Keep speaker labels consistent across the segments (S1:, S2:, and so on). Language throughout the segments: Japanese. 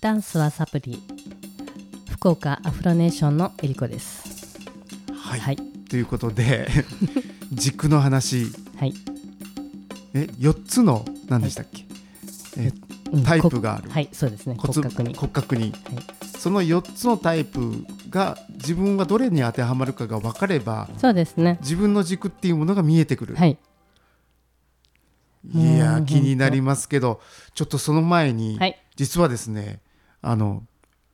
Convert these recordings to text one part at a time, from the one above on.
S1: ダンスはサプリ福岡アフロネーションのえりこです
S2: はい、
S1: はい
S2: ということで 軸の話
S1: はい、
S2: え4つの何でしたっけ、
S1: うん
S2: タイ
S1: こ
S2: プがある、
S1: はいそうですね
S2: 骨
S1: 骨格に
S2: 骨格にその4つのタイプが自分はどれに当てはまるかが分かれば
S1: そうですね
S2: 自分の軸っていうものが見えてくる、
S1: はい
S2: い、や
S1: う
S2: ー
S1: ん
S2: 気になりますけどちょっとその前に、
S1: はい
S2: 実はですねあの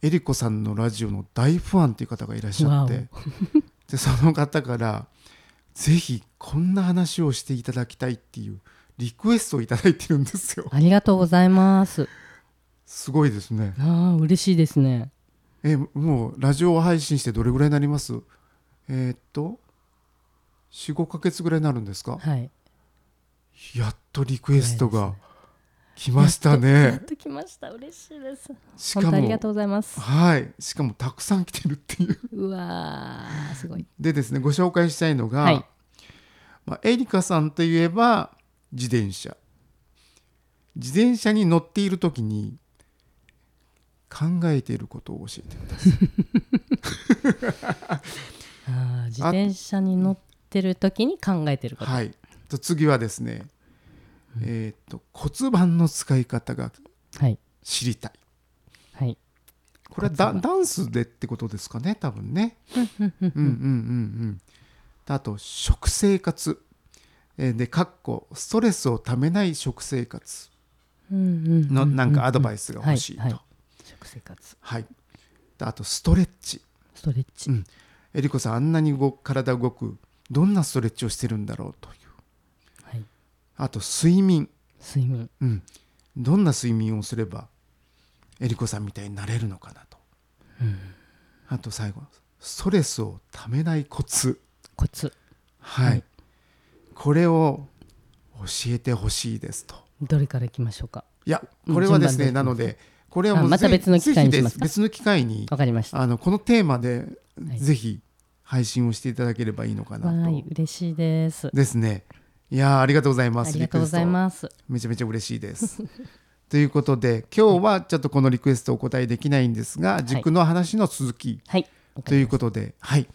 S2: えりこさんのラジオの大ファンという方がいらっしゃっ
S1: わ
S2: て でその方からぜひこんな話をしていただきたいっていうリクエストをいただいてるんですよ
S1: ありがとうございます
S2: すごいですね
S1: ああ嬉しいですね
S2: えもうラジオ配信してどれぐらいになりますえーっと45ヶ月ぐらいになるんですか
S1: はい
S2: やっとリクエストが来ました
S1: やっ
S2: ね
S1: と来ました嬉しいです
S2: し
S1: 本
S2: か
S1: 当ありが
S2: も
S1: とうございます
S2: はいしかもたくさん来てるっていう
S1: うわーすごい
S2: でですねご紹介したいのが、
S1: はい
S2: まあ、エリカさんといえば自転車自転車に乗っている時に考えていることを教えてください
S1: あー自転車に乗ってる時に考えてること、
S2: はいと次はですね、えーっと骨盤の使い方が
S1: はい
S2: 知りたい
S1: はい
S2: これはダダンスでってことですかね多分ねうんうんうんうんあと食生活えーでかっこストレスをためない食生活のなんかアドバイスが欲しいと、
S1: は
S2: はいい
S1: はい食生活
S2: であとストレッチ
S1: ストレッチ、
S2: うんえりこさんあんなに動く体動くどんなストレッチをしてるんだろうという
S1: はい、
S2: あと睡眠、
S1: 睡眠
S2: うん、どんな睡眠をすればえりこさんみたいになれるのかなと、あと最後ストレスをためないコツ
S1: コツ
S2: はい、
S1: はい
S2: これを教えてほしいですと
S1: どれからいきましょうか
S2: いやこれはです
S1: 順番でいきます
S2: ねなのでこれはもう
S1: あまた
S2: ぜ
S1: 別
S2: ひ
S1: の機会に
S2: ぜひ
S1: しま
S2: ですす
S1: か
S2: 別の機会に
S1: わかりました
S2: あのこのテーマで
S1: はい
S2: ぜひ配信をしていただければいいのか
S1: わ
S2: な
S1: ー
S2: と
S1: い嬉しいです
S2: ですねいやーありがとうございま
S1: あ
S2: す
S1: りがとうございます
S2: リクエストめちゃめちゃ嬉しいです ということで今日はちょっとこのリクエストお答えできないんですが、
S1: い
S2: 軸の話の続き
S1: はい
S2: ということではい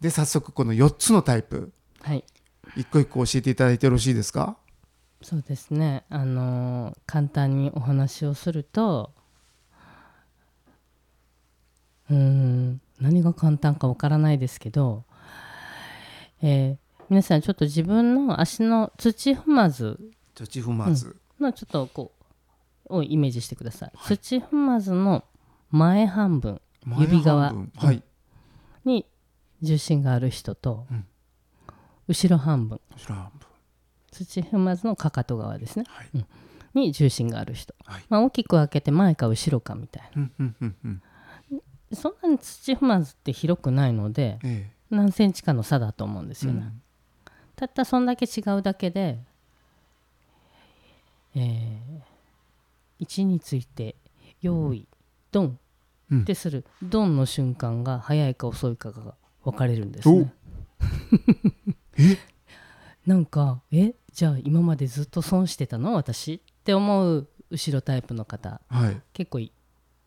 S2: で早速この4つのタイプ
S1: はい
S2: 一個一個教えていただいてよろしいですか
S1: そうですねあのー簡単にお話をするとうーん何が簡単かわからないですけど、えー皆さんちょっと自分の足の土踏まず
S2: 土踏まず、
S1: のちょっとこうをイメージしてください、土踏まずの前半分
S2: 前半分
S1: 指側
S2: はい
S1: に重心がある人と、
S2: うん
S1: 後ろ半分
S2: 後ろ半分
S1: 土踏まずのかかと側ですね
S2: はい
S1: に重心がある人、
S2: はい
S1: まあ、大きく開けて前か後ろかみたいな
S2: うんうんうんうん
S1: そんなに土踏まずって広くないので
S2: え
S1: 何センチかの差だと思うんです
S2: え
S1: よね、たったそんだけ違うだけで、えー、位置について用意ドン
S2: うん
S1: ってする、ドンの瞬間が早いか遅いかが分かれるんですね。
S2: え
S1: なんかえじゃあ今までずっと損してたの私って思う後ろタイプの方
S2: はい
S1: 結構い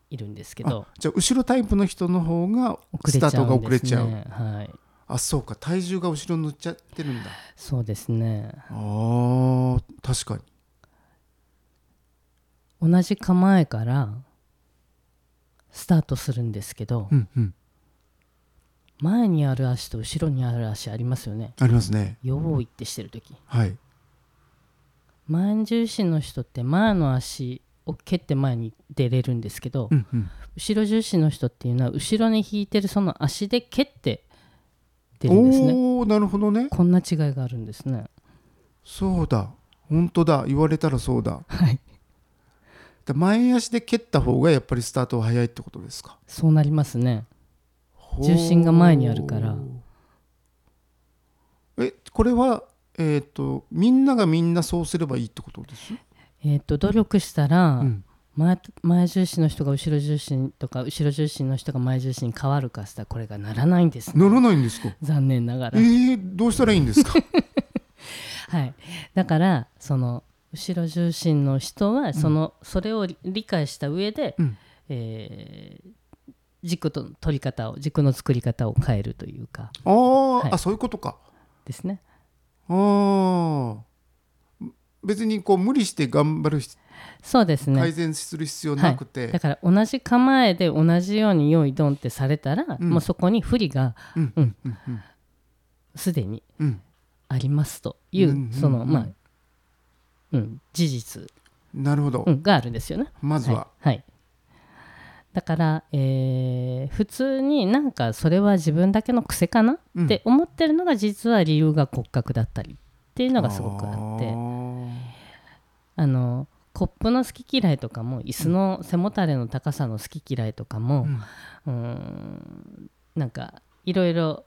S1: いるんですけど
S2: じゃあ後ろタイプの人の方が
S1: 遅れち
S2: スタ
S1: ゃ
S2: ートが
S1: うん
S2: 遅
S1: で
S2: れ
S1: す
S2: ちゃう
S1: ね。はい、
S2: あそうか体重が後ろに乗っちゃってるんだ
S1: そうですね
S2: あー確かに
S1: 同じ構えからスタートするんですけど、
S2: うんうん
S1: 前にある足と後ろにある足ありますよね
S2: ありますね
S1: 用意ってしてる時
S2: はい
S1: 前重心の人って前の足を蹴って前に出れるんですけど、
S2: うんうん
S1: 後ろ重心の人っていうのは後ろに引いてるその足で蹴って出るんですね
S2: おおなるほどね
S1: こんな違いがあるんですね
S2: そうだ本当だ言われたらそうだ
S1: はい
S2: だ前足で蹴った方がやっぱりスタートは早いってことですか
S1: そうなりますね
S2: ほー
S1: 重心が前にあるから
S2: えこれはえっ、とみんながみんなそうすればいいってことです
S1: えっ、と努力したら、
S2: うん
S1: 前前重心の人が後ろ重心とか後ろ重心の人が前重心に変わるかしたらこれがならないんですね、
S2: ならないんで すか
S1: 残念ながら
S2: えー、どうしたらいいんで すか
S1: はい、だからその後ろ重心の人はその、それを理理解した上で、
S2: うん
S1: ええー軸と取り方を軸の作り方を変えるというか
S2: あー、
S1: はい
S2: あそういうことか
S1: ですね
S2: あー別にこう無理して頑張る必
S1: そうですね
S2: 改善する必要なくて、
S1: だから同じ構えで同じように用意ドンってされたら、
S2: うん
S1: もうそこに不利が
S2: うん
S1: うん
S2: うんうん
S1: すでに
S2: うん
S1: ありますという、
S2: うんうんうん
S1: そのまあ、うん、事実、
S2: なるほど、
S1: うんがあるんですよね。
S2: まずは、
S1: いはいだから、えー普通になんかそれは自分だけの癖かな
S2: うん
S1: って思ってるのが実は理由が骨格だったりっていうのがすごくあってあ
S2: あー
S1: のコップの好き嫌いとかも椅子の背もたれの高さの好き嫌いとかも、うー
S2: うん
S1: んなんかいろいろ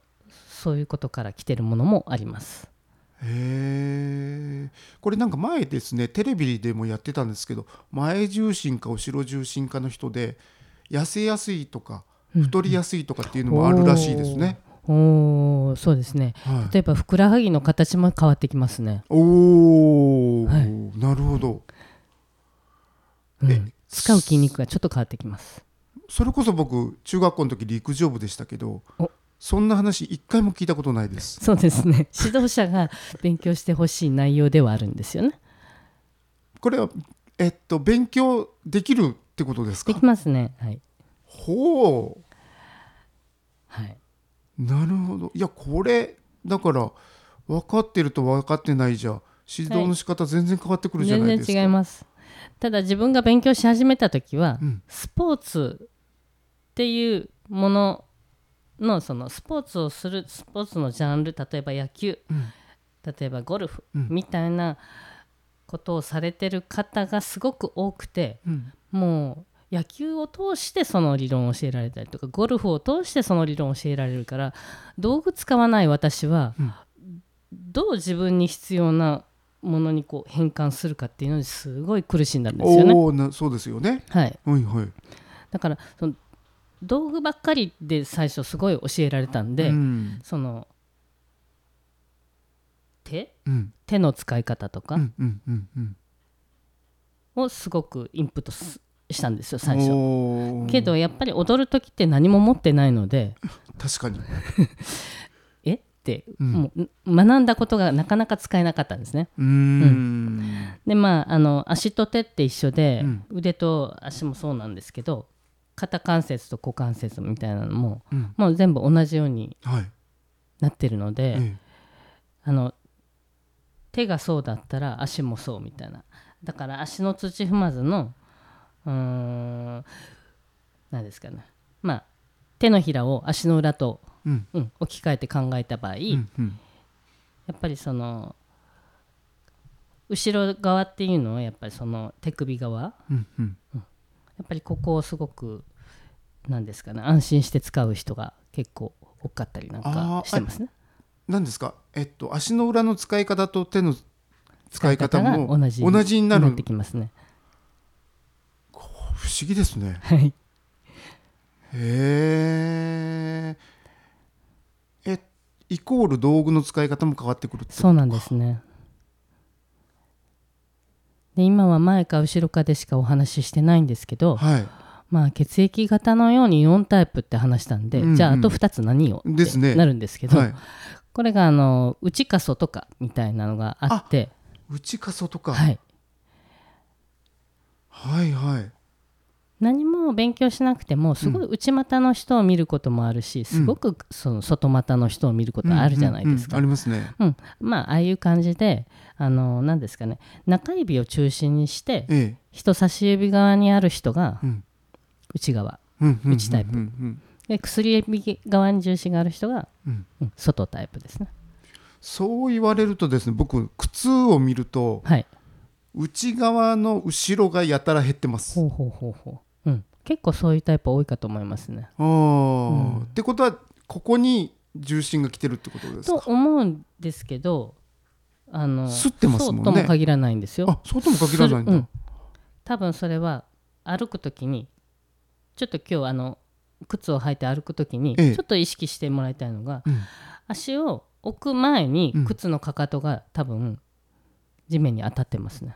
S1: そういうことから来てるものもあります。
S2: へえこれなんか前ですねテレビでもやってたんですけど前重心か後ろ重心かの人で痩せやすいとか太りやすいとかっていうのもあるらしいですね。
S1: おーそうですね。
S2: はい
S1: 例えばふくらはぎの形も変わってきますね。
S2: おお、
S1: はい
S2: なるほど。
S1: うん
S2: え
S1: 使う筋肉がちょっと変わってきます。
S2: それこそ僕中学校の時陸上部でしたけど
S1: お
S2: そんな話一回も聞いたことないです。
S1: そうです ね。指導者が勉強してほしい内容ではあるんですよね。
S2: これはえっと勉強できるってことです
S1: で
S2: か
S1: きますね。はい。
S2: ほう
S1: はい。
S2: なるほどいやこれだから分かってると分かってないじゃ指導の仕方全然変わってくるじゃない
S1: 全
S2: ですか、
S1: 然違います。ただ自分が勉強し始めた時は、
S2: うん
S1: スポーツっていうもののそのスポーツをするスポーツのジャンル例えば野球、
S2: うん
S1: 例えばゴルフ、
S2: うん
S1: みたいなことをされてる方がすごく多くて
S2: うん
S1: もう野球を通してその理論を教えられたりとかゴルフを通してその理論を教えられるから道具使わない私は、
S2: うん
S1: どう自分に必要なものにこう変換するかっていうのにすごい苦しんだんですよね。
S2: おおなそうですよね
S1: はい、
S2: はいはい
S1: だからその道具ばっかりで最初すごい教えられたんで、
S2: うん
S1: その手
S2: うん
S1: 手の使い方と
S2: う
S1: か
S2: んうんうんうん
S1: をすごくインプットすしたんですよ最初。
S2: おー
S1: けどやっぱり踊る時って何も持ってないので
S2: 確かに
S1: えって、
S2: うん
S1: もう学んだことがなかなか使えなかったんですね。
S2: うーん
S1: でまああの足と手って一緒で、
S2: うん
S1: 腕と足もそうなんですけど肩関節と股関節みたいなのも
S2: うん
S1: もう全部同じように
S2: はい
S1: なってるので。
S2: え
S1: あの手がそうだったら足もそうみたいなだから足の土踏まずのうーん何ですかねまあ手のひらを足の裏と、
S2: えうん
S1: うん、置き換えて考えた場合、
S2: う
S1: や
S2: んうん
S1: っぱりその後ろ側っていうのはやっぱりその手首側や
S2: うんうん
S1: っぱりここをすごく何ですかね安心して使う人が結構多かったりなんかしてますね。
S2: 何ですかえっと足の裏の使い方と手の使い方
S1: が
S2: も
S1: 同じ
S2: 同じにな
S1: っ
S2: る
S1: てきますね。
S2: 不思議です ね
S1: はい
S2: へえ。え、イコール道具の使い方も変わってくるってこと
S1: そうなんですね。で今は前か後ろかでしかお話ししてないんですけど、
S2: はい。
S1: まあ、血液型のように4タイプって話したんで、
S2: うんうん
S1: じゃああと2つ何をって
S2: ですね
S1: なるんですけど、
S2: はい。
S1: これがあの内か外かみたいなのがあって
S2: 内か外か。
S1: はい、
S2: はいはい。
S1: 何も勉強しなくてもすごい内股の人を見ることもあるし、すごくその外股の人を見ることあるじゃないですか。
S2: うんうんうんありますね。
S1: うんまあああいう感じであの何ですかね中指を中心にして、
S2: え
S1: 人差し指側にある人が
S2: え。うん。
S1: 内側
S2: うんうん。
S1: 内タイプ
S2: うんうん
S1: で薬指側に重心がある人が
S2: うん。
S1: うん外タイプですね
S2: そう言われるとですね、僕靴を見ると
S1: はい
S2: 内側の後ろがやたら減ってます。
S1: ほうほうほうほう、うん、結構そういうタイプ多いかと思いますね
S2: ああ。ってことはここに重心が来てるってことです
S1: と
S2: か。
S1: 思うんですけどあの
S2: すってますもんね
S1: そうとも限らないんですよ
S2: あ、そうとも限らないんだ。
S1: するうん多分それは歩くときにちょっと今日あの靴を履いて歩くときに
S2: ええ
S1: ちょっと意識してもらいたいのが、
S2: うん
S1: 足を置く前に
S2: うん
S1: 靴のかかとが多分地面に当たってますね。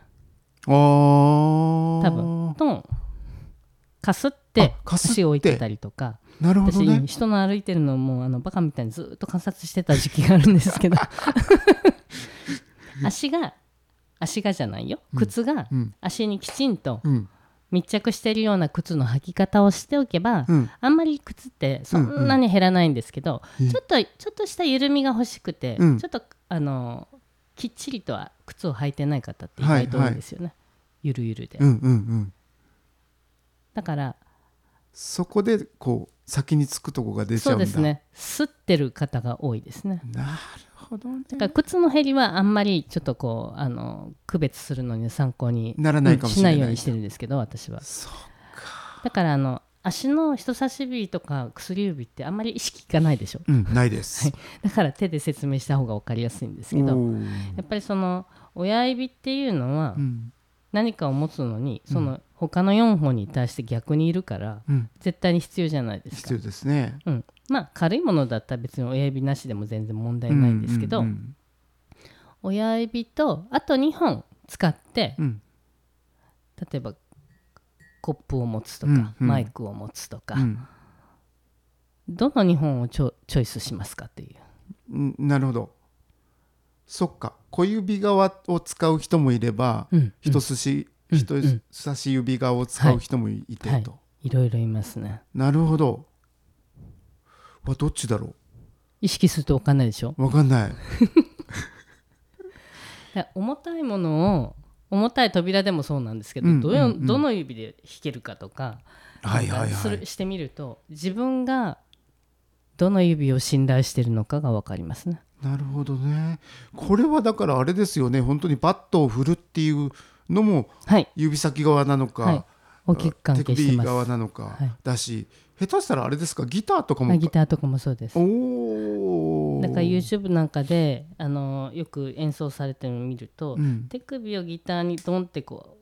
S2: ああ。
S1: 多分。とかすっって
S2: あかすって
S1: 足を置いてたりとか
S2: なるほど
S1: 私、
S2: ね
S1: 人の歩いてるのをもうあのバカみたいにずっと観察してた時期があるんですけ ど足が足がじゃないよ
S2: うん
S1: 靴が
S2: うん
S1: 足にきちんと
S2: うん
S1: 密着してるような靴の履き方をしておけば、
S2: うん
S1: あんまり靴ってそんなに減らないんですけど、
S2: うんうん
S1: ちょっとちょっとした緩みが欲しくて、
S2: うん
S1: ちょっとあのきっちりとは靴を履いてない方って意外と多いんですよね、ゆるゆるで、
S2: うんうんうん
S1: だから
S2: そこでこう先につくとこが出ちゃ
S1: そううん
S2: だ
S1: ですね擦ってる方が多いですね
S2: なるほどね
S1: だから靴の減りはあんまりちょっとこうあの区別するのに参考に
S2: ならないかもしれない
S1: うんようにしてるんですけど私は
S2: そう
S1: だからあの足の人差し指とか薬指ってあんまり意識がないでしょ
S2: うんないです、
S1: はいだから手で説明した方が分かりやすいんですけど
S2: おー
S1: やっぱりその親指っていうのは
S2: うん
S1: 何かを持つのにその他の4本に対して逆にいるから
S2: うん
S1: 絶対に必要じゃないです
S2: 必
S1: か
S2: 要。ですね
S1: うん、まあ軽いものだったら別に親指なしでも全然問題ないんですけど、
S2: うんうん
S1: 親指とあと2本使って
S2: うんうん
S1: 例えばコップを持つとか、
S2: うんうん
S1: マイクを持つとか、
S2: うん
S1: どの2本をチョチョイスしますかっていう
S2: うんなるほどそっか小指側を使う人もいれば、
S1: うん
S2: 人差し、
S1: うん
S2: 人差し指側を使う人もいてと、
S1: はいいろいろいますね
S2: なるほどわどっちだろ
S1: 意識すると分かんないでしょ
S2: うわかんない
S1: だから重たいものを重たい扉でもそうなんですけど、
S2: うん
S1: どよ
S2: うんうん
S1: どの指で弾けるかとか
S2: はいはい
S1: なんかす
S2: は
S1: る
S2: い
S1: してみると自分がどの指を信頼してるのかが分かりますね。
S2: なるほどねこれはだからあれですよね本当にバットを振るっていうのも
S1: はい、
S2: 指先側なのか、
S1: はい、大きく関
S2: 手
S1: 係して
S2: 首
S1: ます。
S2: 側なのか
S1: はい
S2: だし、下手したらあれですかギターとかも
S1: あギターとかもそうです。
S2: おお
S1: なんか YouTube なんかであのよく演奏されてるのを見ると、
S2: うん
S1: 手首をギターにドンってこう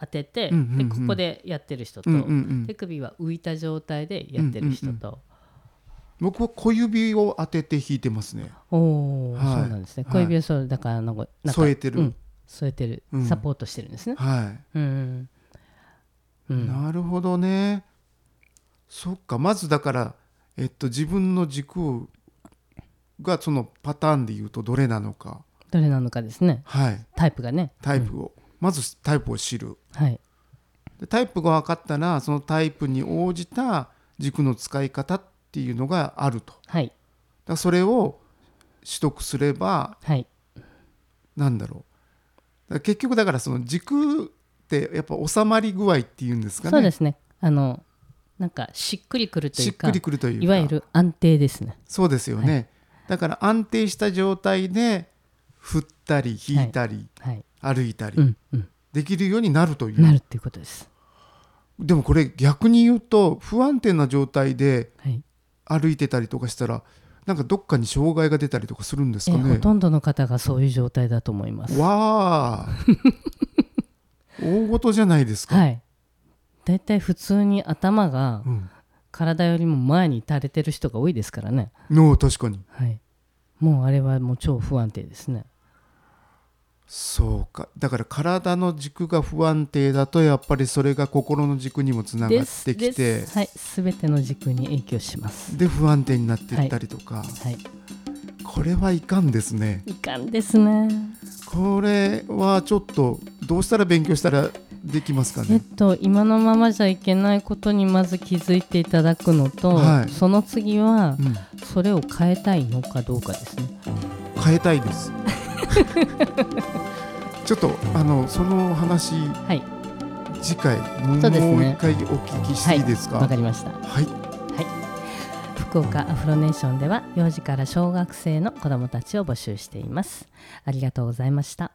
S1: 当てて、
S2: うんうんうん
S1: でここでやってる人と、
S2: うんうんうん
S1: 手首は浮いた状態でやってる人と、
S2: 僕は小指を当てて弾いてますね
S1: おお、
S2: はい
S1: そうなんですね
S2: はい
S1: 小指をそうだからあのなんか
S2: 添えてる
S1: うん添えてる、
S2: うん
S1: サポートしてるんですね。
S2: は
S1: うんう
S2: い、
S1: ん
S2: なるほどねそっかまずだから、えっと、自分の軸がそのパターンで言うとどれなのか
S1: どれなのかですね
S2: はい
S1: タイプがね
S2: タイプを、まずタイプを知る
S1: はい
S2: でタイプが分かったらそのタイプに応じた軸の使い方っていうのがあるとだか
S1: はい
S2: らそれを取得すれば
S1: はい
S2: なんだろうだから結局だからその軸ってやっぱ収まり具合っていうんですかね
S1: そうですねあのなんかしっくりくるとい
S2: し
S1: う
S2: っ
S1: か
S2: くりくるというか
S1: いわゆる安定ですね
S2: そうですよね、だから安定した状態で振ったり引いたり、
S1: はい
S2: 歩いたり、
S1: うんうん
S2: できるようになるという
S1: なるっていうことです
S2: でもこれ逆に言うと不安定な状態で
S1: はい
S2: 歩いてたりとかしたらなんかどっかに障害が出たりとかするんです
S1: え
S2: か
S1: ほ
S2: ね、
S1: とんどの方がそういう状態だと思います
S2: わあ 大事じゃないですか、
S1: はいだいたい普通に頭が
S2: うん、
S1: 体よりも前に垂れてる人が多いですからね
S2: の確かに
S1: はいもうあれはもう超不安定ですね
S2: そうかだから体の軸が不安定だとやっぱりそれが心の軸にもつなが
S1: で
S2: っ
S1: す
S2: てきて
S1: ですはい全ての軸に影響します
S2: で不安定になっていったりとか、
S1: はい
S2: これはいかんですね
S1: いかんですね。
S2: これはちょっとどうしたら勉強したらできますか
S1: えっ
S2: ね
S1: と今のままじゃいけないことにまず気づいていただくのと、
S2: はい
S1: その次は
S2: うん
S1: それを変えたいのかどうかですね。
S2: 変えたいです ちょっとあのその話
S1: はい、
S2: 次回もう一
S1: そうですね
S2: 回お聞きしていいですか
S1: わかりました。
S2: はい、
S1: 福岡アフロネーションでは幼児から小学生の子どもたちを募集しています。ありがとうございました。